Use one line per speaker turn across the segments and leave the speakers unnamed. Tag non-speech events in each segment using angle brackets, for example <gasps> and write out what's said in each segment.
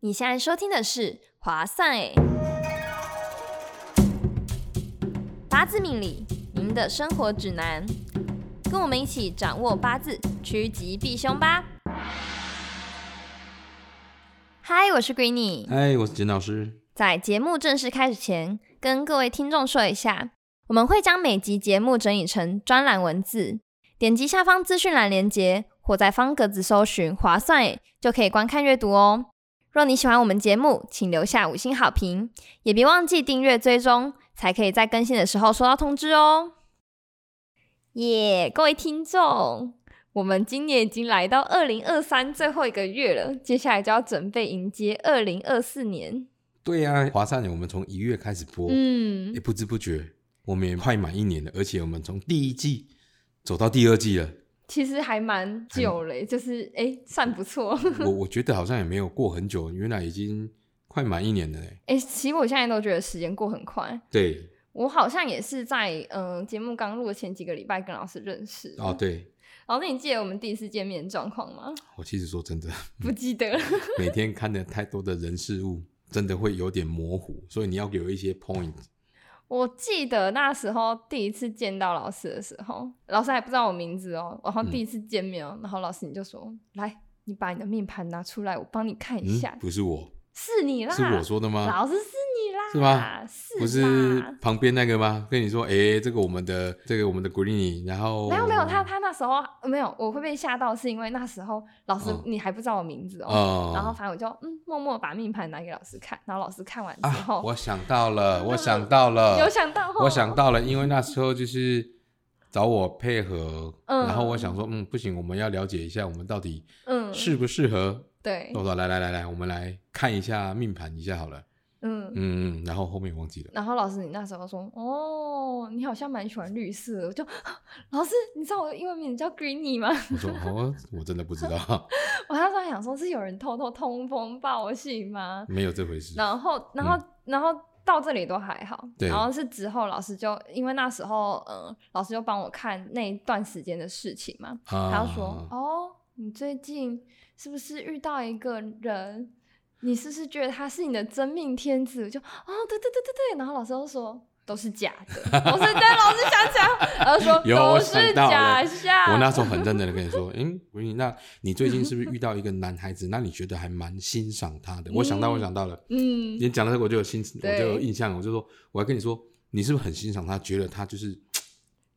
你现在收听的是《划算诶》，八字命理，您的生活指南，跟我们一起掌握八字，趋吉避凶吧。嗨，我是 Greeny。
嗨，哎我是简老师。
在节目正式开始前，跟各位听众说一下，我们会将每集节目整理成专栏文字，点击下方资讯栏连接，或在方格子搜寻“划算诶”，就可以观看阅读哦。若你喜欢我们节目，请留下五星好评，也别忘记订阅追踪，才可以在更新的时候收到通知哦。耶、各位听众，我们今年已经来到二零二三最后一个月了，接下来就要准备迎接二零二四年。
对呀、啊，华善，我们从一月开始播，也、
嗯，
不知不觉我们也快满一年了，而且我们从第一季走到第二季
<laughs>
了。
其实还蛮久嘞，就是哎、诶算不错。 <laughs>
我我觉得好像也没有过很久，原来已经快满一年了嘞。
哎、其实我现在都觉得时间过很快。
对，
我好像也是在嗯、呃节目刚录的前几个礼拜跟老师认识。
哦，嗯对，
老师，你记得我们第一次见面的状况吗？
我其实说真的，
<laughs> 不记得了。
每天看的太多的人事物，真的会有点模糊，所以你要给我一些 point。
我记得那时候第一次见到老师的时候，老师还不知道我名字哦，然后
嗯
第一次见面哦，然后老师你就说：“来，你把你的命盘拿出来，我帮你看一
嗯
下。，
不是我，
是你啦，
是我说的吗？
老师是你啦，
是吗？
是
不是
啦
旁边那个吗？跟你说，哎，这个我们的，这个我们的 Green，然后
没有没有，他他那时候呃没有，我会被吓到，是因为那时候老师、
嗯
你还不知道我名字哦，
哦，
然后反正我就嗯默默把命盘拿给老师看，然后老师看完之
啊，
后，嗯
我想到了，我想到
<laughs>
了，
有想到吼，
我想到了，因为那时候就是找我配合，
嗯
然后我想说，嗯，不行，我们要了解一下我们到底
嗯
适不适合。
对
我说来来来来，我们来看一下命盘一下好了。
嗯。
嗯，嗯然后后面忘记了。
然后老师，你那时候说，哦，你好像蛮喜欢绿色的，我就， <gasps> 老师，你知道我的英文名叫 Greeny 吗？ <laughs>
我说哦， <laughs> 我真的不知道，
我那时候想说，是有人偷偷通风报信吗？
没有这回事。
然后，然后，然后到这里都还好。
嗯对
然后是之后老师就因为那时候，嗯，老师就帮我看那一段时间的事情嘛，他
他
就说，哦，你最近是不是遇到一个人？你是不是觉得他是你的真命天子？我就哦，对对对对对。然后老师就说。都是假的，我是跟老师想起来，然后说
有我
都是
想到了
假象。
我那时候很认真的跟
<laughs>
你说，嗯，维尼，那你最近是不是遇到一个男孩子？那你觉得还蛮欣赏他的？我想到，我想到了，
嗯，
你讲的这个我就有心，我
对
就有印象，我就说，我还跟你说，你是不是很欣赏他？觉得他就是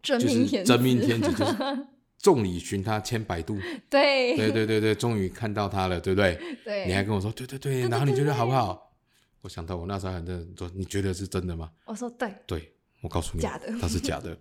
真
就
命
是
天子，
真命天
<laughs>
子，就是众里寻他千百度。
对
对对对对，终于看到他了，对不对？
对
你还跟我说，对对对，
对
然后你觉
对
得好不好？我想到我那时候很认真说，你觉得是真的吗？
我说对，
对，我告诉你，
假的
他是
<laughs>
假的。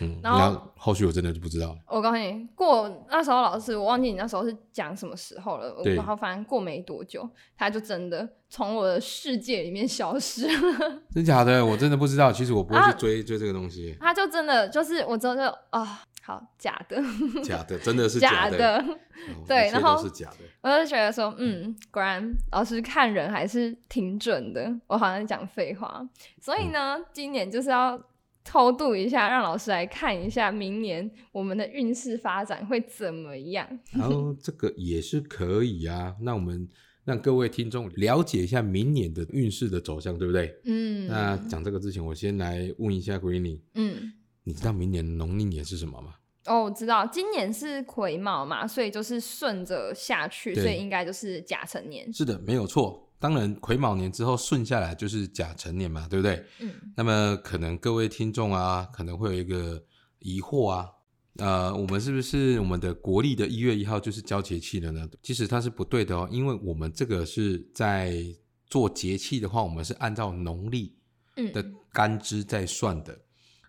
嗯，
然
然
后
后后续我真的就不知道了。
我告诉你，过那时候老师，我忘记你那时候是讲什么时候了。
对
然后反正过没多久，他就真的从我的世界里面消失了。 <laughs>
真假的，我真的不知道。其实我不会
啊
去追、追这个东西，
他就真的就是我真的就啊、好假的，
假的，真的是
假
的。
的。 <laughs>
哦
对
一切
然后
都是假的。
我就觉得说，嗯，果然老师看人还是挺准的。我好像讲废话，所以
嗯
呢，今年就是要偷渡一下，让老师来看一下明年我们的运势发展会怎么样。
然后哦这个也是可以啊。那我们让各位听众了解一下明年的运势的走向，对不对？
嗯，
那讲这个之前，我先来问一下 Greeny，
嗯。
你知道明年农历年是什么吗？
哦，我知道，今年是癸卯嘛，所以就是顺着下去，
对
所以应该就是甲辰年。
是的，没有错。当然，癸卯年之后顺下来就是甲辰年嘛，对不对？
嗯，
那么可能各位听众啊，可能会有一个疑惑啊，呃，我们是不是我们的国历的一月一号就是交节气了呢？其实它是不对的哦，因为我们这个是在做节气的话，我们是按照农历
嗯
的干支在算的，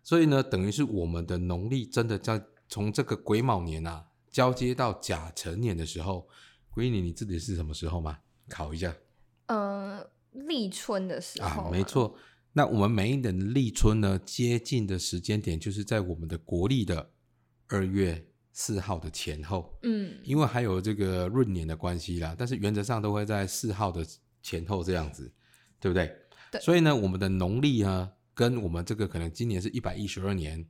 所以呢，等于是我们的农历真的在从这个癸卯年啊交接到甲辰年的时候，闺女你自己是什么时候吗？考一下。
呃，立春的时候、
啊，没。错。那我们每一年的立春呢，接近的时间点就是在我们的国历的二月四号的前后，
嗯，
因为还有这个闰年的关系啦，但是原则上都会在四号的前后这样子，对不对？
对
所以呢，我们的农历呢，跟我们这个可能今年是一百一十二年，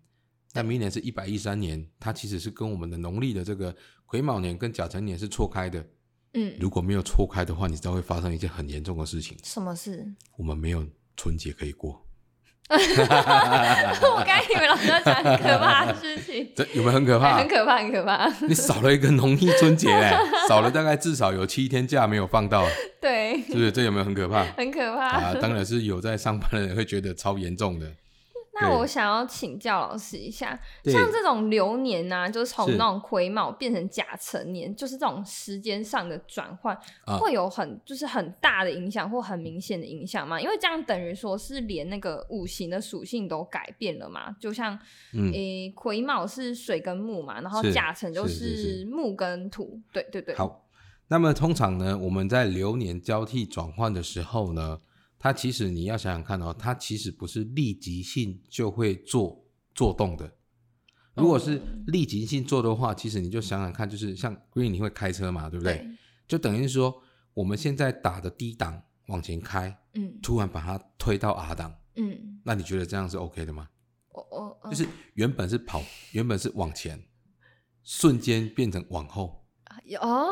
那明年是一百一三年，它其实是跟我们的农历的这个癸卯年跟甲辰年是错开的。
嗯，
如果没有错开的话，你知道会发生一件很严重的事情，
什么事？
我们没有春节可以过。，
<laughs> 我刚以为老师要讲很可怕的事情
这有没有 <laughs> 很可
<laughs>
怕？
哎很可怕，很可怕。 <laughs>
你少了一个农历春节嘞，少了大概至少有七天假没有放到，
对， <laughs>
是不是？这有没有很可怕？
很可怕。
啊，当然是有在上班的人会觉得超严重的。
那
对
我想要请教老师一下，
对
像这种流年呐、啊，就是从
是
那种癸卯变成甲辰年，就是这种时间上的转换，
啊
会有很就是很大的影响或很明显的影响吗？因为这样等于说是连那个五行的属性都改变了嘛，就像
嗯，
诶癸卯是水跟木嘛，然后
是
甲辰就是
是
是木跟土，对对对，
好，那么通常呢，我们在流年交替转换的时候呢，它其实你要想想看哦，它其实不是立即性就会做做动的。如果
哦
是立即性做的话，其实你就想想看，就是像因为你会开车嘛，对不对？
对，
就等于是说我们现在打的低档往前开，
嗯
突然把它推到 R 档，
嗯，
那你觉得这样是 OK 的吗？
我我嗯
就是原本是跑，原本是往前，瞬间变成往后。
嗯哦，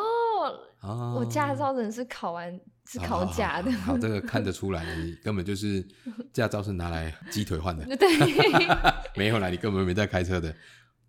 啊，
我驾照真的是考完是
哦好
考
好
假的，
好好
<laughs>
好这个看得出来，你根本就是驾照是拿来鸡腿
<laughs>
换 <laughs> 的，
对，
没有啦，你根本没在开车的，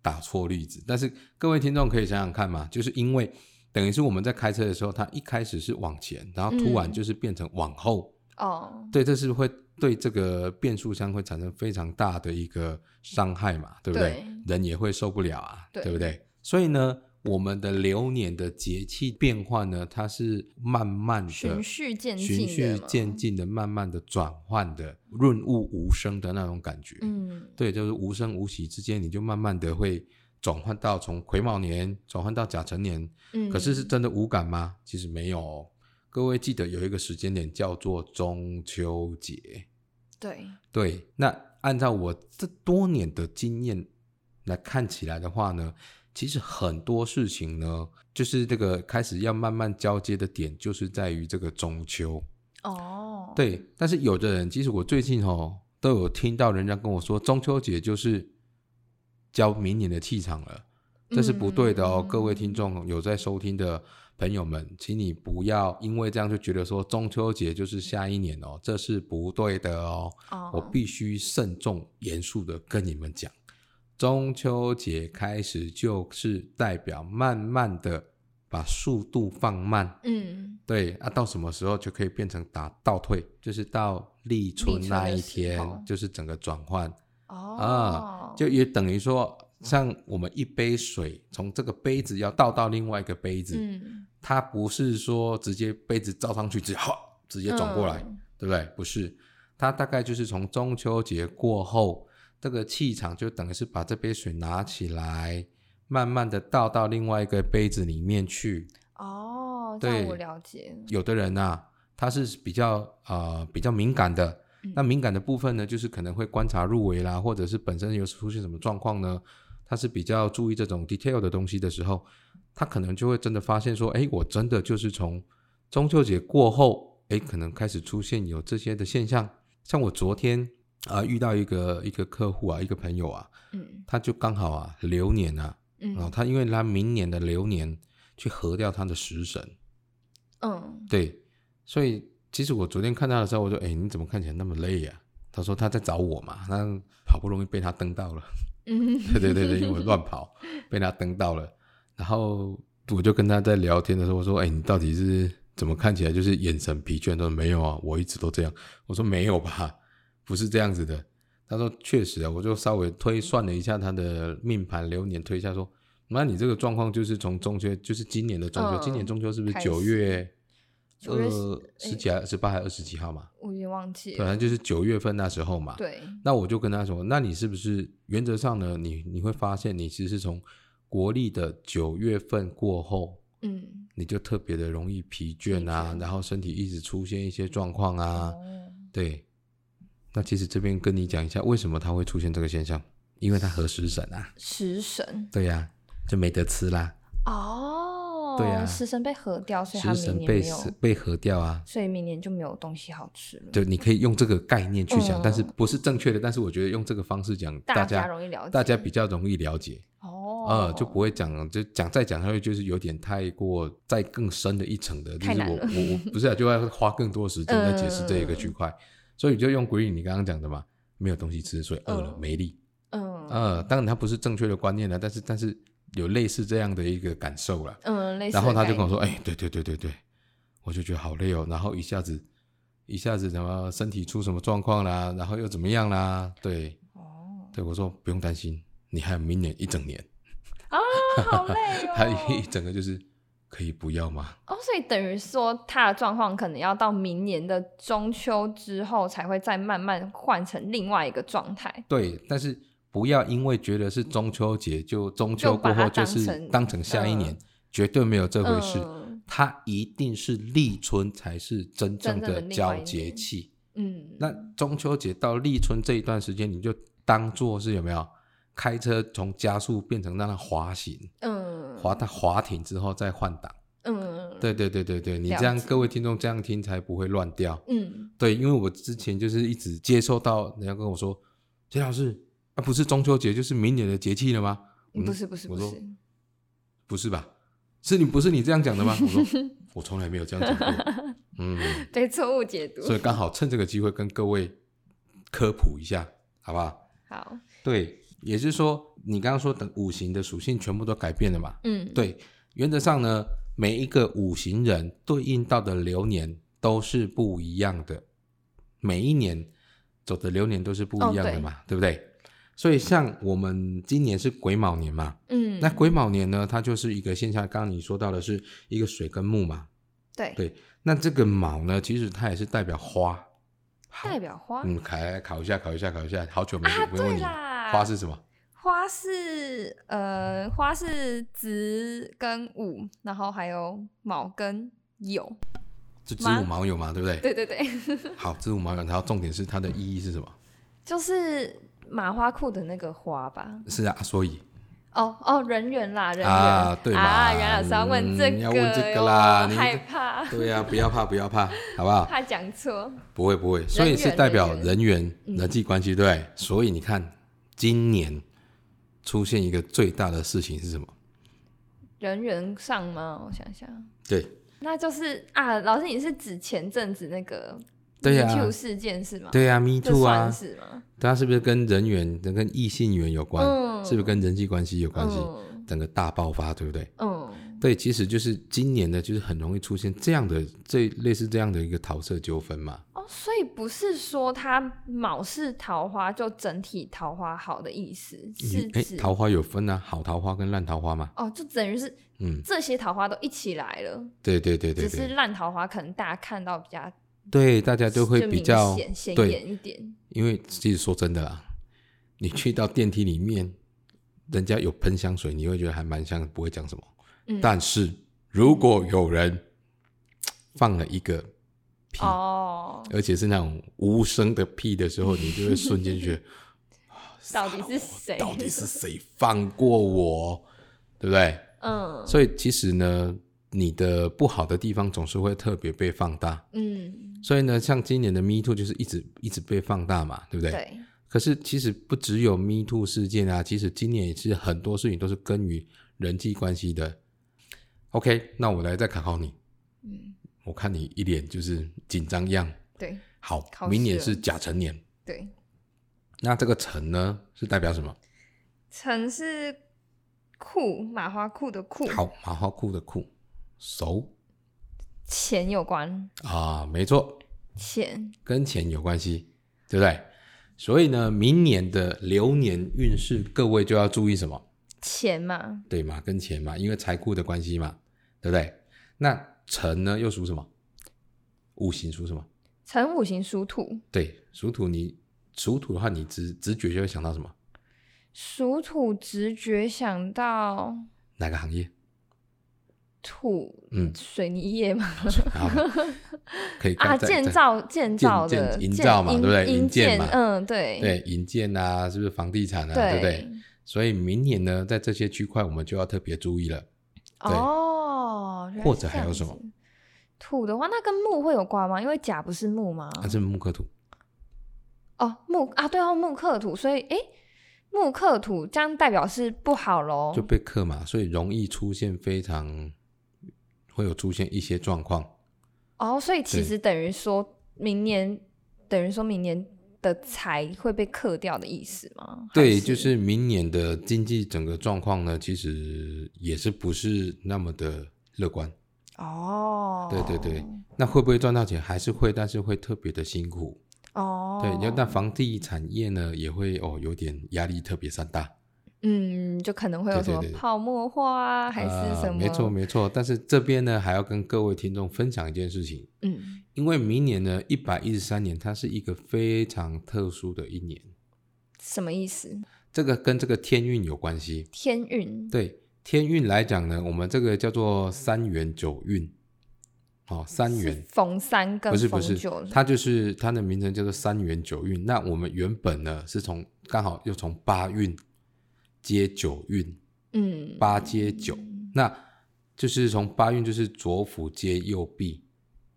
打错例子。但是各位听众可以想想看嘛，就是因为等于是我们在开车的时候，它一开始是往前，然后突然
嗯
就是变成往后，
哦，
对，这是会对这个变速箱会产生非常大的一个伤害嘛，对不对？
对
人也会受不了啊，
对
不对？所以呢，我们的流年的节气变换呢，它是慢慢的
循序渐进的
循序
嘛
渐进的，慢慢的转换的，润物无声的那种感觉。
嗯，
对，就是无声无息之间，你就慢慢的会转换到从癸卯年转换到甲辰年，
嗯
可是是真的无感吗？其实没有哦、各位记得有一个时间点叫做中秋节。
对，
对，那按照我这多年的经验来看起来的话呢，其实很多事情呢，就是这个开始要慢慢交接的点，就是在于这个中秋。
哦，，
对，但是有的人，其实我最近哦，都有听到人家跟我说，中秋节就是交明年的气场了，这是不对的哦。
嗯
各位听众有在收听的朋友们，请你不要因为这样就觉得说中秋节就是下一年哦，这是不对的哦。
哦，
我必须慎重严肃的跟你们讲，中秋节开始就是代表慢慢的把速度放慢，
嗯，
对啊，到什么时候就可以变成打倒退，就是到立春
立春的
那一
时候
天，就是整个转换，
哦
啊，就也等于说，像我们一杯水从这个杯子要倒到另外一个杯子，
嗯，
它不是说直接杯子照上去直接哗直接转过来，
嗯
对不对？不是，它大概就是从中秋节过后，这个气场就等于是把这杯水拿起来，慢慢的倒到另外一个杯子里面去。
哦，这样
对
我了解了，
有的人啊，他是比较呃比较敏感的
嗯，
那敏感的部分呢，就是可能会观察入围啦，或者是本身有出现什么状况呢，他是比较注意这种 detail 的东西的时候，他可能就会真的发现说，哎，我真的就是从中秋节过后，哎，可能开始出现有这些的现象。像我昨天啊、呃遇到一个一个客户啊，一个朋友啊，
嗯
他就刚好啊流年啊，然后
嗯
他因为他明年的流年去合掉他的食神。
嗯，
对，所以其实我昨天看他的时候，我说：“哎、你怎么看起来那么累呀、他说：“他在找我嘛，他好不容易被他蹬到了。
嗯”
对对对对，因为我乱跑，被他蹬到了。然后我就跟他在聊天的时候，我说：“哎、你到底是怎么看起来就是眼神疲倦？”他说：“没有啊，我一直都这样。”我说：“没有吧，不是这样子的。”他说：“确实啊，我就稍微推算了一下他的命盘流年，推一下说，那你这个状况就是从中秋，就是今年的中秋，今年
嗯
中秋是不是
开
九
始
月
九月
呃
十
十几还十八还二十几号嘛，
我有点忘记
反
了，
正就是九月份那时候嘛。。
对，
那我就跟他说，那你是不是原则上呢？你你会发现，你其实是从国历的九月份过后，
嗯，
你就特别的容易疲倦啊，
疲倦
然后身体一直出现一些状况啊。
哦，
对。那其实这边跟你讲一下，为什么它会出现这个现象？因为它合食神啊，
食神
对呀、就没得吃啦，
哦，
对啊
食神被合掉，所以他明
食神
年
被
没有，
被合掉啊，
所以明年就没有东西好吃了，
就你可以用这个概念去想，
嗯
但是不是正确的，但是我觉得用这个方式讲，大
家
家
容易了解，
大家比较容易了解。
哦，
呃，就不会讲，就讲再讲下去就是有点太过再更深的一层的，就
太
是
难
我
了嗯
我我不是啊，就要花更多时间来解释这一个区块，所以你就用 green 你刚刚讲的嘛，没有东西吃，所以饿了、
嗯
没力，
嗯
呃，当然它不是正确的观念了，但是但是有类似这样的一个感受了，
嗯，类似。
然后他就跟我，说，哎、对对对对对，我就觉得好累哦，然后一下子一下子什么身体出什么状况啦，然后又怎么样啦，对
哦，
对，我说不用担心，你还有明年一整年。
<laughs> 啊，好
<laughs>
累哦。
他一整个就是可以不要吗？
哦，所以等于说他的状况可能要到明年的中秋之后才会再慢慢换成另外一个状态。
<laughs> 对，但是不要因为觉得是中秋节就中秋
就把它
过后就
当
是
成
当成下一年，
嗯
绝对没有这回事。
嗯
它一定是立春才是真正
真正的
的
另外
交
一
节
年
气。
嗯，
那中秋节到立春这一段时间，你就当做是有没有开车从加速变成让它滑行，
嗯
滑到滑停之后再换挡。
嗯
对对对对对，你
了
这样
解
各位听众这样听才不会乱掉。
嗯
对，因为我之前就是一直接收到人家跟我说，田老师，啊，不是中秋节就是明年的节气了吗？嗯
不是不是
我
不
说
是，
不是吧？是你不是你这样讲的吗？我
<laughs>
说我从来没有这样讲过，嗯，
被错误解读。
所以刚好趁这个机会跟各位科普一下，好不好？
好，
对，也就是说你刚刚说等五行的属性全部都改变了嘛？
嗯，
对，原则上呢，每一个五行人对应到的流年都是不一样的，每一年走的流年都是
哦
不一样的嘛，对不对？所以像我们今年是癸卯年嘛，
嗯，
那癸卯年呢，它就是一个现象，刚刚你说到的是一个水跟木嘛，
对
对那这个卯呢，其实它也是代表花，
代表花
嗯，考考一下，考一下，考一下，好久没、
啊
没问
对
你了，
啦，
花是什么？
花是呃花是子跟午，然后还有卯跟酉。
就子
麻
午卯酉嘛，对不对？
对对对，
好，子午卯酉，然后重点是它的意义是什么？
就是马花裤的那个花吧。
是啊，所以
哦哦，人缘啦，人缘
啊对嘛
啊，原来是要问这个
嗯
哟，
要问这个啦
我
你
害怕
<laughs> 对呀、不要怕，不要怕，好不好？
怕讲错，
不会不会，所以是代表人员
嗯
人际关系，对不对。所以你看，今年出现一个最大的事情是什么？
人缘上吗？我想想，
对
那就是啊，老师你是指前阵子那个
对呀
Me Too 事件是吗？
对呀、m e
这
too
算
啊，
是吗？
它是不是跟人缘、跟异性缘有关？
嗯
是不是跟人际关系有关系？
嗯
整个大爆发，对不对？
嗯
对，其实就是今年呢，就是很容易出现这样的这类似这样的一个桃色纠纷嘛。
哦，所以不是说它卯是桃花就整体桃花好的意思，是
哎，
指
桃花有分啊，好桃花跟烂桃花嘛。
哦，就等于是
嗯，
这些桃花都一起来了，
对对对对
只
对。
是烂桃花可能大家看到比较
对，大家都会
就
比
明
较
显显
对，
眼一点。
因为其实说真的啦，你去到电梯里面，人家有喷香水，你会觉得还蛮香的，不会讲什么。
嗯
但是如果有人嘖放了一个屁，
哦，
而且是那种无声的屁的时候，你就会瞬
<laughs>
间觉得
到底是谁？
啊到底是谁放过我，对不对？
嗯
所以其实呢，你的不好的地方总是会特别被放大。
嗯，
所以呢，像今年的 Me Too 就是一直一直被放大嘛，对不对？
对，
可是其实不只有 Me Too 事件啊，其实今年也是很多事情都是根于人际关系的。OK，那我来再考考你，
嗯
我看你一脸就是紧张样。
对
好
考，试
明年
了
是甲辰年，
对，
那这个辰呢是代表什么？
橙是酷马花酷的酷，
好，麻花裤的裤，熟
钱有关，
啊，没错，
钱
跟钱有关系，对不对？所以呢，明年的流年运势，各位就要注意什么？
钱嘛，
对嘛，跟钱嘛，因为财库的关系嘛，对不对？那辰呢又属什么？五行属什么？
橙五行属土，
对，属土你。属土的话，你直直觉就会想到什么？
属土直觉想到
哪个行业？
土，
嗯
<laughs> 水泥业嘛，
好，可以
啊，
再
建
再
造建造
建
的
营
建
造嘛
营
对不对
营
营建
建
嘛
嗯，对
对银建啊，是不是房地产啊，对
对
不对？？所以明年呢，在这些区块我们就要特别注意了。对
哦，原来
或
是
者
这
还有
样
什么
子？土的话，那跟木会有关吗？因为甲不是
啊嗯
木吗？
它是木克土，
哦，木啊，对哦，木克土，所以诶，木克土，这样代表是不好喽
就。被克嘛，所以容易出现非常会有出现一些状况。
哦，所以其
对
实等于说明年，等于说明年的财会被克掉的意思吗？还
对，就是明年的经济整个状况呢，其实也是不是那么的乐观。
哦，
对对对，那会不会赚到钱？还是会，但是会特别的辛苦。
哦，
对，要那房地产业呢，也会哦有点压力特别山大。
嗯，就可能会有
对
什
对
么
对
泡沫化啊，还是
呃
什么？
没错没错，但是这边呢还要跟各位听众分享一件事情，
嗯，
因为明年呢一百一十三年，它是一个非常特殊的一年，
什么意思？
这个跟这个天运有关系。
天运，
对天运来讲呢，我们这个叫做三元九运，哦，三元
是逢三跟
不是
逢
不是
九，，
它就是它的名称叫做三元九运。那我们原本呢是从刚好又从八运接九运，
嗯，
八接九，那就是从八运就是左辅接右
<laughs>
弼。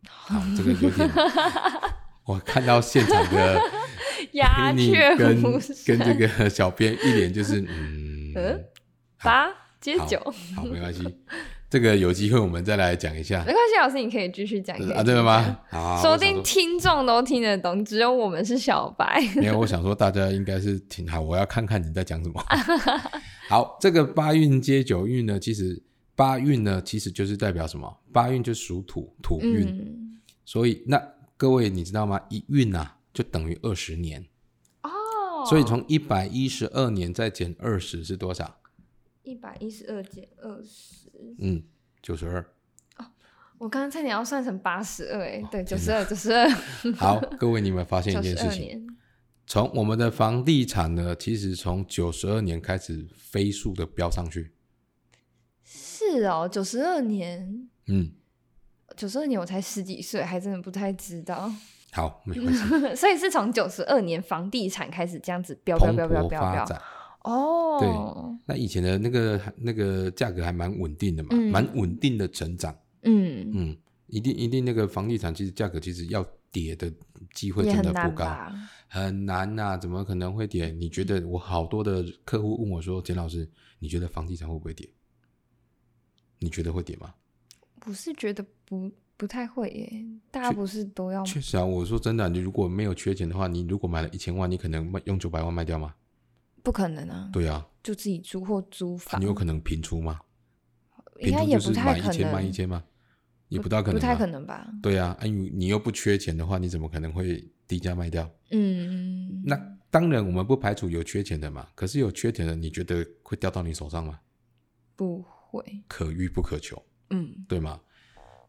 好，这个有点，我看到现场的
鸦
Penny
雀
跟
无
跟
声，
这个小编一脸就是嗯，
嗯八接
<laughs> 好
九，
好，没关系，这个有机会我们再来讲
<laughs>
一下
没关系，老师你可以继续讲。可以
啊，
继
真的
续
吗
讲？？
好啊，
说
我
不定
想
听众都听得懂，只有我们是小
<laughs>
白。
没有，我想说大家应该是挺好，我要看看你在讲
<laughs>
什么。好，这个八运接九运呢，其实八运呢，其实就是代表什么？八运就属土，土运。
嗯，
所以那各位你知道吗？一运啊，就等于二十年，
哦，
所以从一百一十二年再减二十是多少？
一百一十二减二十，
嗯，九
<laughs>
十二。
我刚刚差点要算成八十二，哎，对，九
天
十二，九十二，
好，各位你们发现
九
一件
十
事
二
情，
年，
从我们的房地产呢，其实从九十二年开始飞速的飙上去。
是哦，九十二年，
嗯，
九十二年我才十几岁，还真的不太知道， <laughs>
好，没关系，
所以是从九十二年房地产开始这样子飙飙
蓬
飙飙
勃
飙
发
飙，
展。
哦，
那以前的那个那个价格还蛮稳定的嘛，
嗯
蛮稳定的成长，
嗯，
嗯，一定一定那个房地产其实价格其实要跌的机会
也
真
很
的不
难
高，
吧？
很难呐、怎么可能会跌？你觉得我好多的客户问我说，简老师，你觉得房地产会不会跌？你觉得会跌吗？
我是觉得不不太会耶，大家不是都要
确实啊，我说真的啊、你如果没有缺钱的话，你如果买了一千万，你可能卖用九百万卖掉吗？
不可能啊，
对啊，
就自己租或租房
你，有可能平出吗？
嗯应
平
该
出
也
就是
不太
买一
可
千卖一
能，
千吗？也不大可能、
不
啊，
太可能吧？
对呀、啊，你你又不缺钱的话，你怎么可能会低价卖掉？
嗯，
那当然，我们不排除有缺钱的嘛。可是有缺钱的，你觉得会掉到你手上吗？
不会，
可遇不可求，
嗯
对吗？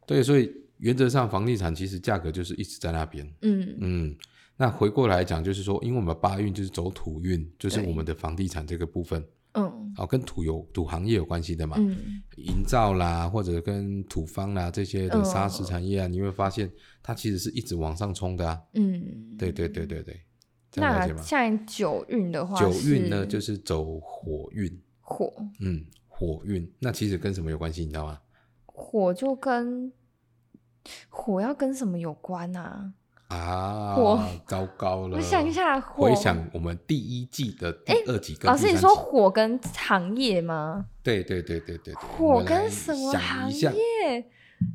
对，所以原则上房地产其实价格就是一直在那边。
嗯
嗯，那回过来讲，就是说，因为我们八运就是走土运，就是
对
我们的房地产这个部分，
嗯
哦，跟土有土行业有关系的嘛。
嗯，
营造啦，或者跟土方啦这些的
嗯
砂石产业啊，你会发现它其实是一直往上冲的啊。
嗯，
对对对对对，这样了解
那
吗？
像九运的话，
九运呢，就是是走火运，
火，
嗯，火运。那其实跟什么有关系，你知道吗？
火就跟火要跟什么有关啊？
啊，
火
糟糕了！
我想一，下，火
回。想我们第一季的第二集跟
老
第
师，
三集，
你说火跟行业吗？
对对对对对对，我
火
们来
跟什么
想
行
一下，
业？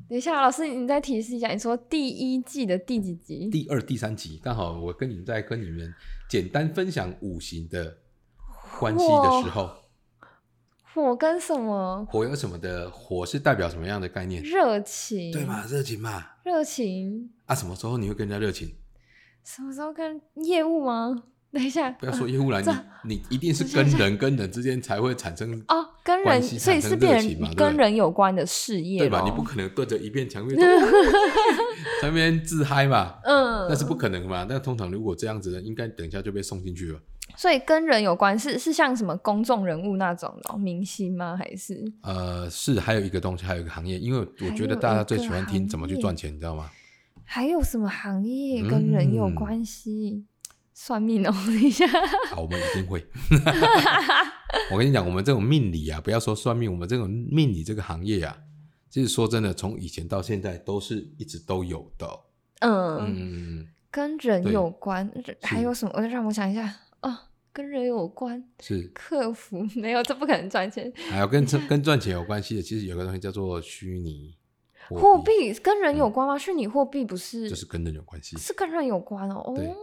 等一下，老师，你再提示一下，你说第一季的第几集？
第二、第三集，刚好我跟你们在跟你们简单分享五行的关系的时候，
火跟什么？
火有什么的？火是代表什么样的概念？
热情，
对嘛，？热情嘛。
热情
啊，什么时候你会更加热情？
什么时候跟业务吗？等一下，
不要说业务啦，
这
你你一定是
我想
跟
想
人跟人之间才会产生
哦，跟人，
关系
所以是
产生热
变
情嘛对
成
不对
跟人有关的事业
对吧？
咯
你不可能对着一片墙壁 <laughs> 在那边自嗨嘛，
嗯，
那是不可能嘛。那通常如果这样子的，应该等一下就被送进去了。
所以跟人有关是是像什么公众人物那种的哦、明星吗？还是
呃，是还有一个东西，还有一个行业，因为我觉
还有
得
一
大家最喜
个
欢
行
听怎么去
业
赚钱，你知道吗？
还有什么行业跟人有
嗯
关系？算命哦，等一下，
好，我们一定会。 <laughs> 我跟你讲，我们这种命理啊，不要说算命，我们这种命理这个行业啊，其实说真的，从以前到现在都是一直都有的。
嗯
嗯，
跟人
对
有关，还
是
有什么？我再让我想一下哦，跟人有关，
是
客服没有，这不可能赚钱。
还有跟赚跟赚钱有关系的，其实有个东西叫做虚拟
货
币，
币跟人有关吗？虚拟货币不是，
就是跟人有关系。
是跟人有关哦。
对
哦，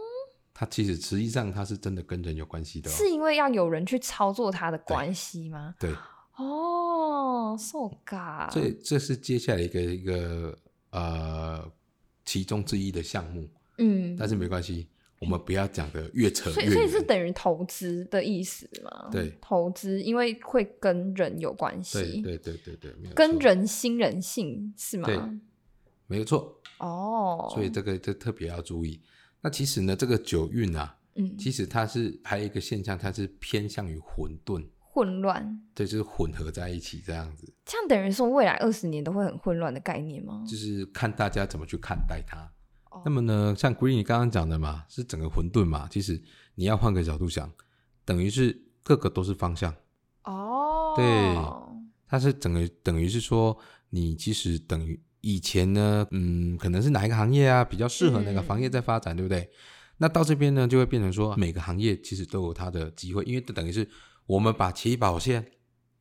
它其实实际上它是真的跟人有关系的、哦，
是因为要有人去操作它的关系吗？
对，
哦，so ga，
这这是接下来一个一个呃其中之一的项目，
嗯，
但是没关系，我们不要讲的越扯
所以
越
所以是
远。
等于投资的意思吗？
对
投资因为会跟人有关
对
系，
对对对对，没有
跟
错
人心人性是吗？
对没有错，
哦，
所以这个这特别要注意。那其实呢，这个九运啊，
嗯，
其实它是还有一个现象，它是偏向于混沌，
混乱，
对，就是混合在一起这样子，
这样等于说未来二十年都会很混乱的概念吗？
就是看大家怎么去看待它。
哦
那么呢，像 Green 刚刚讲的嘛，是整个混沌嘛，其实你要换个角度想，等于是各个都是方向，
哦，
对它是整个等于是说，你其实等于以前呢，嗯，可能是哪一个行业啊比较适合哪个行业在发展，对不对？那到这边呢，就会变成说每个行业其实都有它的机会，因为这等于是我们把起跑线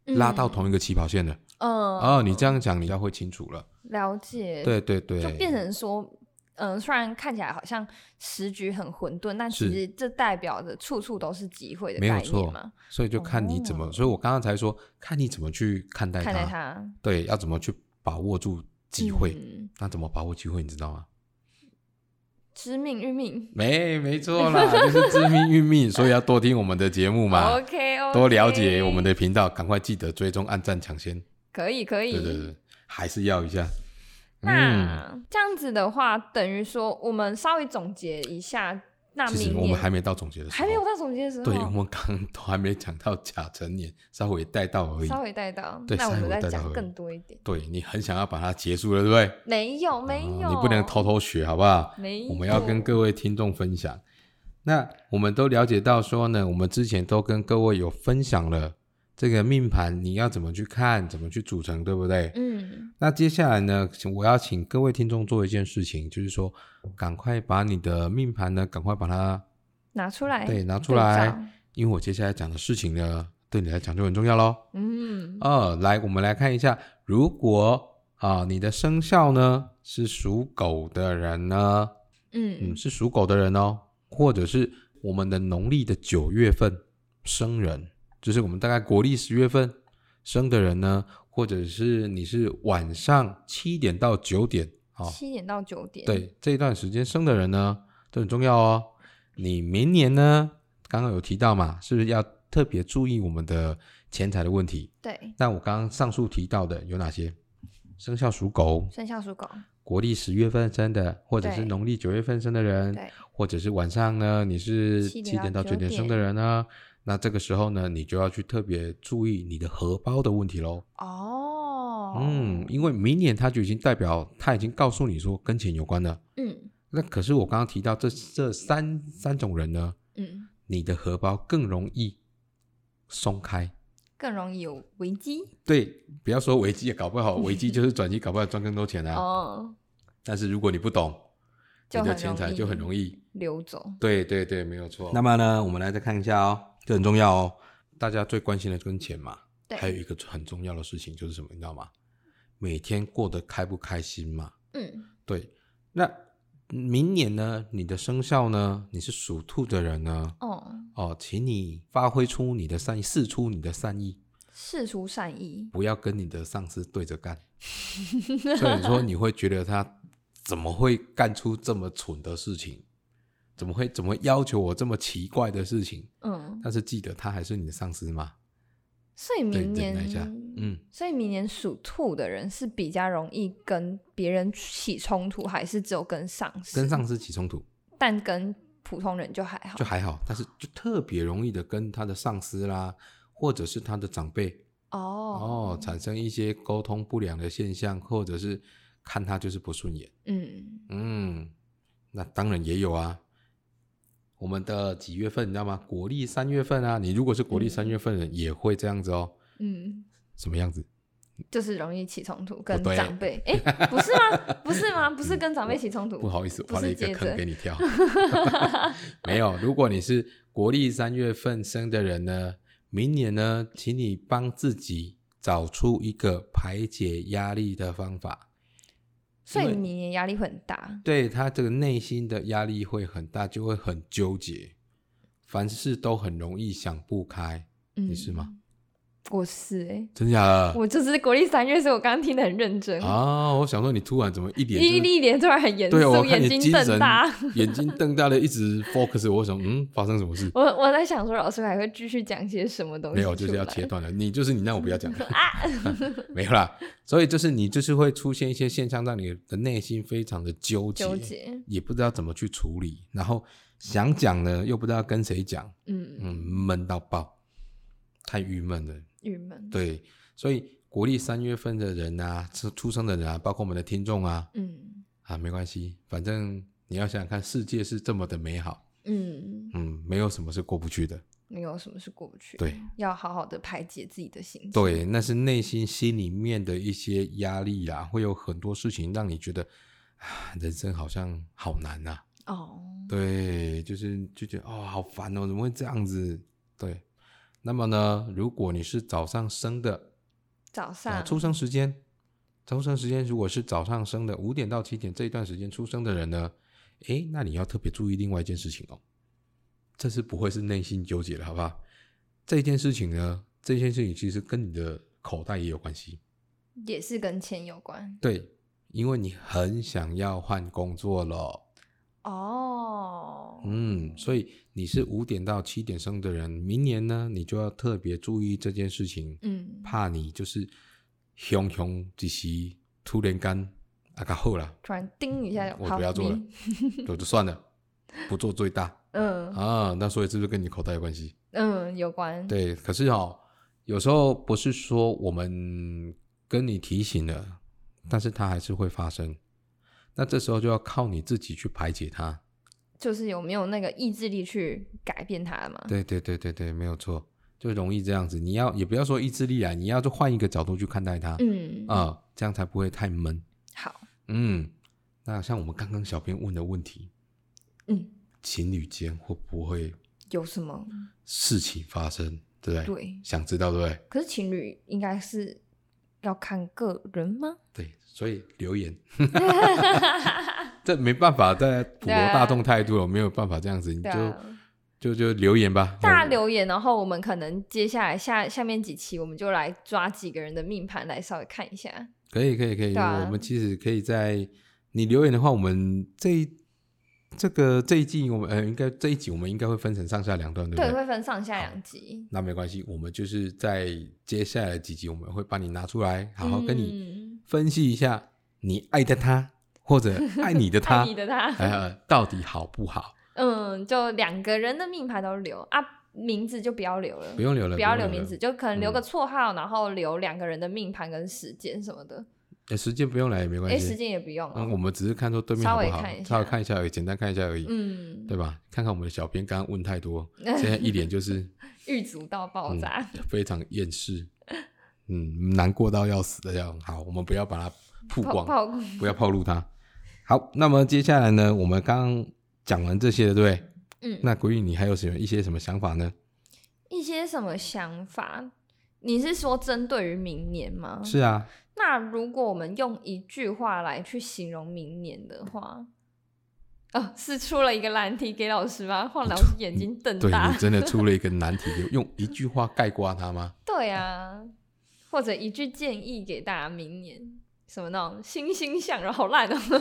拉到同一个起跑线了。
嗯，
哦，你这样讲你要会清楚了。
了解，
对对对，
就变成说，嗯，虽然看起来好像时局很混沌，但其
是
实这代表着处处都是机会的
没有
概
错
念嘛。
所以就看你怎么，
哦
所以我刚刚才说看你怎么去看待它，
嗯看待它
对，要怎么去把握住机会。
嗯
那怎么把握机会，你知道吗？
知命运命
没，没错啦， <laughs> 就是知命运命，所以要多听我们的节目
<laughs>
嘛
OK，,
多了解我们的频道，赶快记得追踪、按赞、抢先。
可以可以。
对对对，还是要一下。嗯，
那、这样子的话，等于说我们稍微总结一下，那
其实
啊明
我
年
们还没到总结的时候，
还没有到总结的时候，哦
对，我们刚刚都还没讲到甲辰年，稍微带到而已。
稍微带到，
对
那我
稍
们
微
再
带到而
讲
已
更多一点。
对你很想要把它结束了，对不对？
没有没有、
啊你不能偷偷学，好不好？
没有，
我们要跟各位听众分享。那我们都了解到说呢，我们之前都跟各位有分享了这个命盘，你要怎么去看，怎么去组成，对不对？
嗯
那接下来呢，请我要请各位听众做一件事情，就是说，赶快把你的命盘呢，赶快把它，
拿出来，
对拿出
对
来
照
因为我接下来讲的事情呢，对你来讲就很重要喽。
嗯，
呃，来，我们来看一下，如果啊、你的生肖呢是属狗的人呢，嗯，
嗯，
是属狗的人哦，或者是我们的农历的九月份生人，就是我们大概国历十月份生的人呢，或者是你是晚上七点到九点哦，
七点到九点，，
对这一段时间生的人呢，都很重要哦。你明年呢，刚刚有提到嘛，是不是要特别注意我们的钱财的问题？
对，
那我刚刚上述提到的有哪些？生肖属狗，
生肖属狗，
国历十月份生的，或者是
对
农历九月份生的人，
对，
或者是晚上呢，你是
7
七
点
点
到
到
9
九点生的人呢，那这个时候呢，你就要去特别注意你的荷包的问题喽。
哦，
嗯，因为明年它就已经代表它已经告诉你说跟钱有关了。
嗯
那可是我刚刚提到这这三三种人呢，
嗯，
你的荷包更容易松开。
更容易有危机
对，不要说危机，搞不好危机就是转机，搞不好赚更多钱啊。
<laughs> 哦，
但是如果你不懂，
就
你的
很
钱
容
财就很容易
流走，
对对对，没有错。那么呢，我们来再看一下哦，这很重要哦。大家最关心的跟钱嘛，
对，
还有一个很重要的事情就是什么，你知道吗？每天过得开不开心嘛？
嗯
对。那明年呢，你的生肖呢，你是属兔的人呢，
哦，
哦，请你发挥出你的善意，试出你的善意，
事出善意，
不要跟你的上司对着干。所以说，你会觉得他怎么会干出这么蠢的事情？怎么会怎么会要求我这么奇怪的事情？
嗯，
但是记得他还是你的上司嘛？
所以
对，
明
你
年
忍耐一下。嗯，
所以明年属兔的人是比较容易跟别人起冲突，还是只有跟上司？
跟上司起冲突
但跟普通人就还好。
就还好，但是就特别容易的跟他的上司啦，或者是他的长辈
哦
哦产生一些沟通不良的现象，或者是看他就是不顺眼。
嗯，
嗯，那当然也有啊。我们的几月份你知道吗？国历三月份啊，你如果是国历三月份的人，也会这样子哦。
嗯，
什么样子？
就是容易起冲突，跟
不对嗯
长辈，哎、不是吗？不是吗？不是跟长辈起冲突，
不好意思，
不
挖了
是
一个
接
坑
着
给
<laughs>
你跳。 <laughs> 没有，如果你是国历三月份生的人呢，明年呢，请你帮自己找出一个排解压力的方法。
所以
因为
你也压力会很大，
对他这个内心的压力会很大，就会很纠结，凡事都很容易想不开。
嗯，
是吗？
我是哎、诶
真假的？
我就是国历三月，所以我刚刚听得很认真，
啊，我想说你突然怎么一脸
一
就是
一脸突然很严
对，我
肃，
看
眼
你
睛
精
瞪
神
大。 <laughs>
眼睛瞪大的一直 focus，我想嗯，发生什么事？
我我在想说，老师还会继续讲些什么东西？啊
没有，就是要切。断了。你就是你，让我不要讲
<laughs>
<laughs> 没有啦。所以就是你就是会出现一些现象，让你的内心非常的纠结，
纠结，
也不知道怎么去处理，然后想讲呢又不知道跟谁讲，
嗯，
嗯，闷到爆，太郁闷了。
郁闷，
对，所以国历三月份的人啊，出出生的人啊，包括我们的听众啊，
嗯
啊，没关系，反正你要想想看，世界是这么的美好，
嗯，
嗯，没有什么是过不去的。
没有什么是过不去， <laughs>
对，
要好好的排解自己的心情。
对，那是内心心里面的一些压力啊，会有很多事情让你觉得，啊，人生好像好难呐、
哦，
对，就是就觉得哦，好烦哦，怎么会这样子？对，那么呢，如果你是早上生的，
早上
啊，出生时间，出生时间如果是早上生的，五点到七点这一段时间出生的人呢，诶，那你要特别注意另外一件事情哦，这是不会是内心纠结的，好不好？这件事情呢，这件事情其实跟你的口袋也有关系，
也是跟钱有关
对，因为你很想要换工作了，
哦。
嗯，所以你是五点到七点生的人，明年呢，你就要特别注意这件事情，
嗯，
怕你就是熊熊一时突然间啊，搞好了，
突然叮一下就，
嗯我
好
不要做了
你，
我就算了，不做最大
<laughs> 嗯
啊。那所以是不是跟你口袋有关系？
嗯，有关。
对，可是哦，有时候不是说我们跟你提醒了，但是它还是会发生。那这时候就要靠你自己去排解它。
就是有没有那个意志力去改变它嘛？
对对对对对，没有错，就容易这样子。你要也不要说意志力啊，你要就换一个角度去看待它，
嗯，
啊、这样才不会太闷。
好，
嗯，那像我们刚刚小编问的问题，
嗯，
情侣间会不会
有什么？
嗯事情发生，对不对？
对，
想知道对不对？
可是情侣应该是要看个人吗？
对，所以
<laughs>
留言， <laughs> 这没办法，在普罗大众态度，我没有办法这样子，你
啊对
就
啊，
就就留言吧。
大家
我
留言，然后我们可能接下来下下面几期，我们就来抓几个人的命盘来稍微看一下。
可以可以可以，
对啊
我们其实可以在你留言的话，我们这一这个这一季我们呃应该这一集我们应该会分成上下两段，对不
对，
对？
会分上下两集。
那没关系，我们就是在接下来的几集，我们会把你拿出来，好好跟你
你
分析一下你爱的他
<laughs>
或者爱你的他
爱，你的他，
呃，到底好不好？
<laughs> 嗯，就两个人的命盘都留啊，名字就不要留了
不。用留了，嗯
不要留
用
名字，
了，
就可能留个绰号，然后留两个人的命盘跟时间什么的。
呃时间不用来也没
哎、
关
时
系。
间也不用了、
嗯，我们只是看说对面
稍
好不
微
好
看一，下
稍微看一下而已，简单看一下而已，
嗯，
对吧？看看我们的小编刚刚问
<laughs>
太多，现在一脸就是
狱卒到爆炸。
非常厌世，嗯，难过到要死的样。好，我们不要把它曝
泡
光，
泡光
不要暴露它。好，那么接下来呢，我们刚刚讲完这些了，对不对？
<laughs> 嗯，
那鬼宇，你还有什么一些什么想法呢？
一些什么想法？你是说针对于明年吗？
是啊，
那如果我们用一句话来去形容明年的话，哦，是出了一个难题给老师吗？换老师眼睛瞪
对
大
你。真的出了一个难题，用一句话概括它
<laughs>
吗？
对啊，或者一句建议给大家，明年什么那种欣欣向荣，好烂哦！
这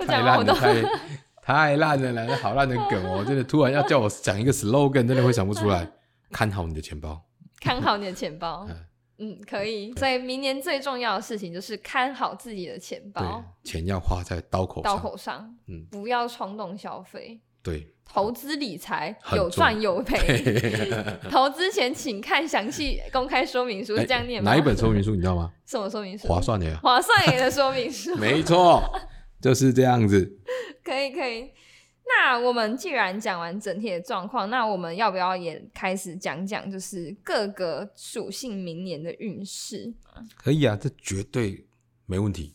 我
太
讲完
烂
我
了，
都
太太烂了啦，那好烂的梗哦！真的，突然要叫我讲一个 slogan，真的会想不出来。
嗯
看好你的钱包，
看好你的钱包
嗯。
嗯，可以。所以明年最重要的事情就是看好自己的钱
对
包，，
钱要花在刀口
刀
上，
口上，
嗯，
不要冲动消费。
对，
投资理财
很
有
重
赚有
<laughs>
赔，
嘿嘿嘿嘿
投资前请看详细公开说明书，是这样念吗？
哎哪一本说明书你知
<laughs>
道吗？
什么说明书？
划算的呀， <laughs>，
划算也的说明书
没错，就是这样子。
可以可以。那我们既然讲完整体的状况，那我们要不要也开始讲讲，就是各个属性明年的运势？
可以啊，这绝对没问题。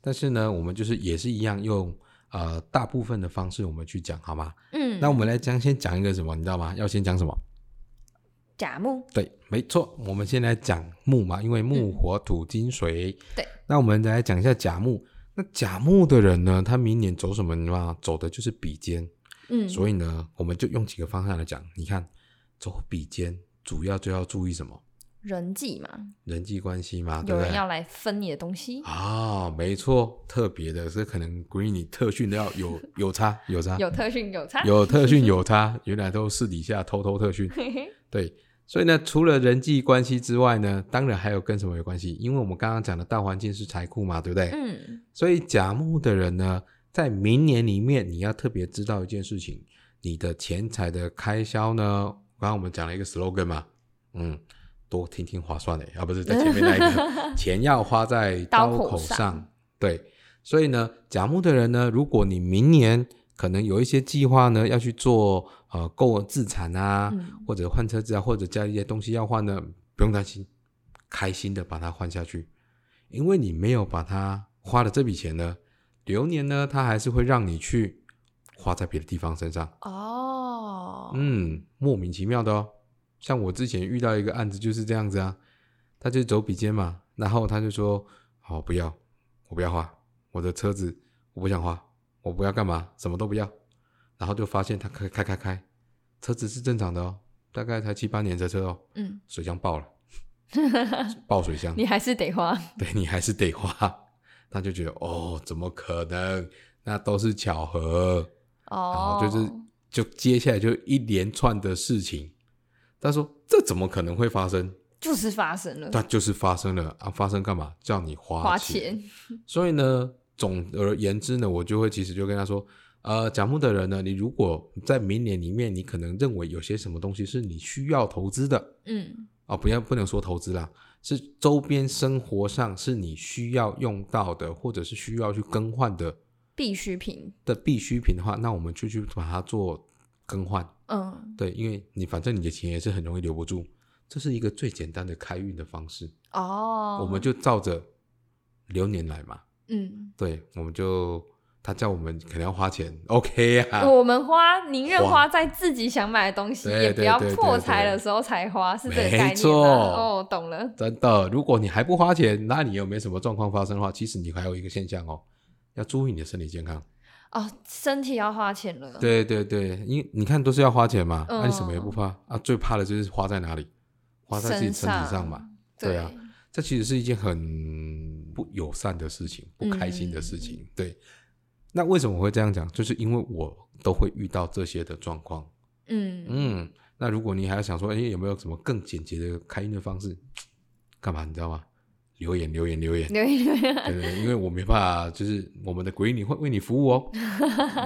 但是呢，我们就是也是一样用呃大部分的方式我们去讲，好吗？
嗯，
那我们来讲，先讲一个什么，你知道吗？要先讲什么？
甲木，
对，没错，我们先来讲木嘛，因为木火土金水。
嗯对，
那我们来讲一下甲木。那甲木的人呢，他明年走什么嘛？走的就是比肩，
嗯，
所以呢，我们就用几个方向来讲。你看，走比肩主要就要注意什么？
人际嘛，
人际关系嘛，啊对
有
不
人
对？
要来分你的东西，
啊、没错，特别的，这可能 Green 你特训都要有有差有差
有特训有差，
有特训有差，原来都私底下偷偷特训。
嘿嘿
对，所以呢，除了人际关系之外呢，当然还有跟什么有关系？因为我们刚刚讲的大环境是财库嘛，对不对？
<laughs> 嗯，
所以甲木的人呢，在明年里面，你要特别知道一件事情，你的钱财的开销呢，刚刚我们讲了一个 slogan 嘛，嗯，多听听划算的啊，不是在前面那一 <laughs> 个，钱要花在刀
刀口
口
上
上，对。所以呢，甲木的人呢，如果你明年可能有一些计划呢，要去做呃购自产啊，
嗯
或者换车子啊，或者家里一些东西要换呢，不用担心，开心的把它换下去，因为你没有把它花的这笔钱呢，流年呢，它还是会让你去花在别的地方身上，
哦，
嗯，莫名其妙的哦。像我之前遇到一个案子就是这样子啊，他就走笔尖嘛，然后他就说：“好、不要，我不要花我的车子，我不想花，我不要干嘛，什么都不要。”然后就发现他开开开开，车子是正常的哦，大概才七八年的车哦，
嗯，
水箱爆了，爆水箱，
你还是得花，
对你还是得花。他就觉得哦，怎么可能？那都是巧合。然
哦
后，就是就接下来就一连串的事情。他说：“这怎么可能会发生？
就是发生了，
但就是发生了啊！发生干嘛？叫你花
花钱，
所以呢，总而言之呢，我就会其实就跟他说，呃，甲木的人呢，你如果在明年里面，你可能认为有些什么东西是你需要投资的
嗯
啊、不要不能说投资啦，是周边生活上是你需要用到的，或者是需要去更换的
必需品，
的必需品的话，那我们就去把它做更换。
嗯，
对，因为你反正你的钱也是很容易留不住，这是一个最简单的开运的方式，
哦，
我们就照着流年来嘛。
嗯，
对，我们就他叫我们可能要花钱，OK 啊，
我们花宁愿
花
花在自己想买的东西，
对
也不
对
要
对对
破
对
财的时候才花，是这个
没
概念
错
吗？哦，懂了，
<laughs> 真的。如果你还不花钱，那你有没有什么状况发生的话，其实你还有一个现象哦，要注意你的身体健康。
哦，身体要花钱了，
对对对，因为你看都是要花钱嘛，那、你什么也不
嗯
怕啊，最怕的就是花在哪里，花在自己身体上嘛。
对
对啊，这其实是一件很不友善的事情，不开心的事情。对，那为什么我会这样讲？就是因为我都会遇到这些的状况。
嗯
嗯，那如果你还要想说，哎，有没有什么更简洁的开运的方式？干嘛？你知道吗？留言，留
<laughs>
言，留言。
留言留言，
对对对，因为我没办法，就是我们的闺女会为你服务哦，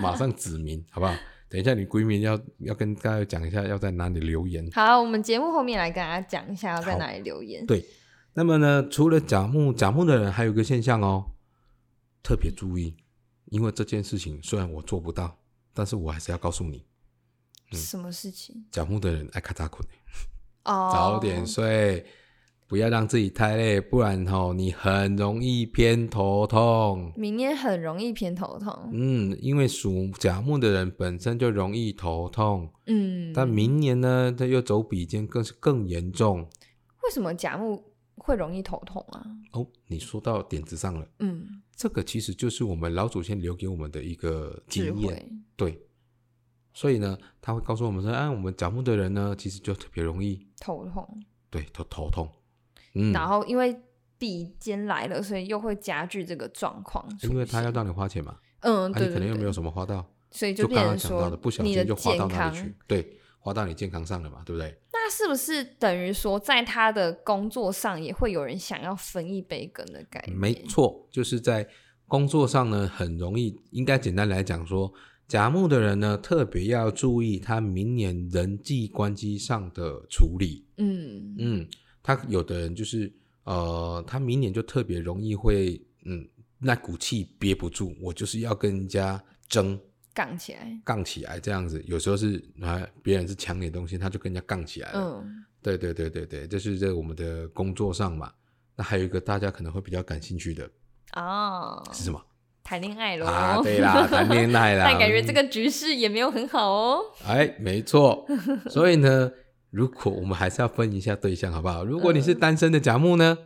马上指明好不好？等一下，你闺蜜要要跟大家讲一下要在哪里留言。
<laughs> 好，我们节目后面来跟大家讲一下要在
好
哪里留言，
对，那么呢，除了甲木，甲木的人还有一个现象哦，特别注意，因为这件事情虽然我做不到，但是我还是要告诉你，嗯
什么事情？
甲木的人爱咔嚓困，
哦，
早点睡，不要让自己太累，不然吼、你很容易偏头痛。
明天很容易偏头痛，
嗯，因为属甲木的人本身就容易头痛，
嗯，
但明年呢，他又走比肩，更是更严重
为什么甲木会容易头痛啊？
哦。你说到点子上了。
嗯，
这个其实就是我们老祖先留给我们的一个
智
经验，
慧，
对。所以呢，他会告诉我们说，哎，我们甲木的人呢，其实就特别容易
头痛，
对头头痛，嗯，
然后因为比肩来了，所以又会加剧这个状况出现。
因为他要让你花钱嘛，
嗯，
那
对
你可能又没有什
么，
么花到，
所以
就
变
刚
成
刚讲到
说
的，不小
你的
心就花
健
到哪
康
里去，对，花到你健康上了嘛，对不对？
那是不是等于说，在他的工作上也会有人想要分一杯羹的概念？
没错，就是在工作上呢，很容易，应该简单来讲说，甲木的人呢，特别要注意他明年人际关系上的处理，
嗯
嗯，他有的人就是呃，他明年就特别容易会，嗯，那股气憋不住，我就是要跟人家争，
杠起来。
杠起来这样子，有时候是啊，别人是抢你的东西，他就跟人家杠起来了。
嗯，
对对对对对，这是在我们的工作上嘛。那还有一个大家可能会比较感兴趣的
哦，
是什么？
谈恋爱喽。
啊，对啦，谈恋爱啦。
<laughs> 但感觉这个局势也没有很好哦。
哎，没
<laughs>
错。所以呢，如果我们还是要分一下对象，好不好？如果
嗯
你是单身的甲木呢，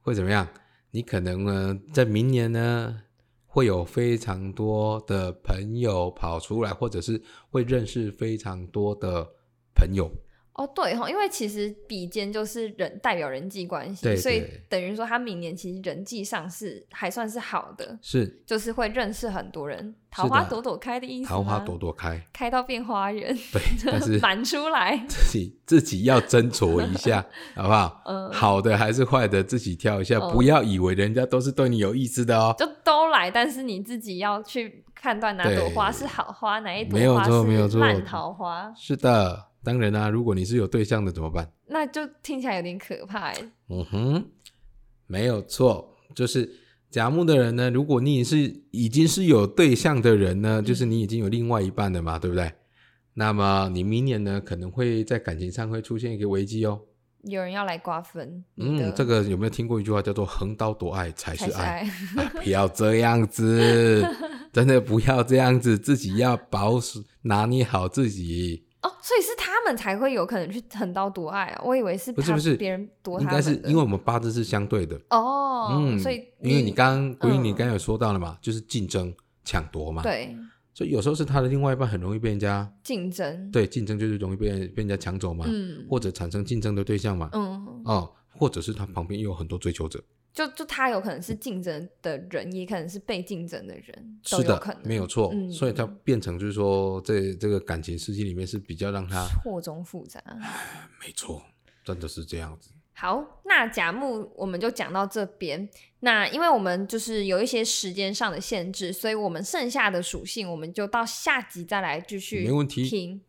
会怎么样？你可能呢，在明年呢，会有非常多的朋友跑出来，或者是会认识非常多的朋友。
哦，对哈，因为其实比肩就是人代表人际关系，
对
所以
对
等于说他明年其实人际上是还算是好的，
是
就是会认识很多人，桃花朵朵开的意思
桃花
吗
朵
<laughs>
朵开，
开到变花园，
对，但是
<laughs> 满出来。
自己自己要斟酌一
<laughs>
下，好不好？
嗯
好的还是坏的，自己挑一下，
嗯
不要以为人家都是对你有意思的哦。
就都来，但是你自己要去判断哪朵
对
花是好花，哪一朵
没有
花
错没有
是
错
烂桃花，
是的，当然啦、如果你是有对象的怎么办？
那就听起来有点可怕欸。
嗯哼，没有错，就是甲木的人呢，如果你是已经是有对象的人呢，
嗯
就是你已经有另外一半了嘛，对不对？那么你明年呢，可能会在感情上会出现一个危机哦。
有人要来瓜分你的，
嗯，这个有没有听过一句话叫做“横刀夺爱才
才
是
是
爱
爱。”？
啊 <laughs> 不要这样
<laughs>
子，真的不要这样子，自己要保守拿捏好自己。
哦，所以是他们才会有可能去横刀夺爱啊！我以为是
不是
怕
不是
别人夺
应
他们
该
的，
是因为我们八字是相对的，
哦，
嗯，
所以
因为你刚国英，
嗯
你刚刚有说到了嘛，就是竞争抢夺嘛，，
对
所以有时候是他的另外一半很容易被人家
竞争，
对竞争就是容易被被人家抢走嘛，
嗯
或者产生竞争的对象嘛，
嗯，
哦，或者是他旁边又有很多追求者，
就就他有可能是竞争的人，也可能是被竞争的人，都
是
有可
的，
能
没有错，
嗯
所以他变成就是说在这个感情世界里面是比较让他
错综复杂。
没错，真的是这样子，
好，那甲木我们就讲到这边。那因为我们就是有一些时间上的限制，所以我们剩下的属性我们就到下集再来继续
没问题
听。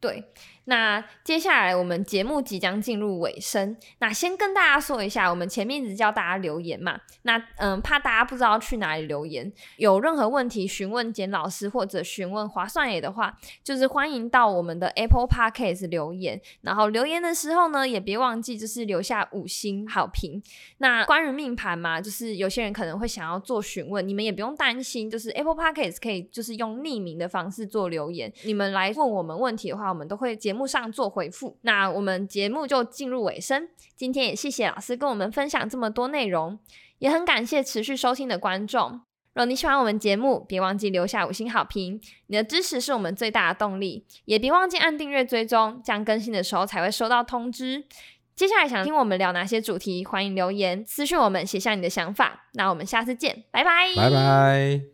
对，那接下来我们节目即将进入尾声，那先跟大家说一下，我们前面一直叫大家留言嘛，那嗯，怕大家不知道去哪里留言，有任何问题询问简老师或者询问划算野的话，就是欢迎到我们的 Apple Podcast 留言，然后留言的时候呢，也别忘记就是留下五星好评。那关于命盘嘛，就是有些人可能会想要做询问，你们也不用担心，就是 Apple Podcast 可以就是用匿名的方式做留言，你们来问我们问题的话，我们都会节目上做回复。那我们节目就进入尾声，今天也谢谢老师跟我们分享这么多内容，也很感谢持续收听的观众。如果你喜欢我们节目，别忘记留下五星好评，你的支持是我们最大的动力，也别忘记按订阅追踪，这样更新的时候才会收到通知。接下来想听我们聊哪些主题，欢迎留言私讯我们，写下你的想法。那我们下次见，拜拜，
拜拜。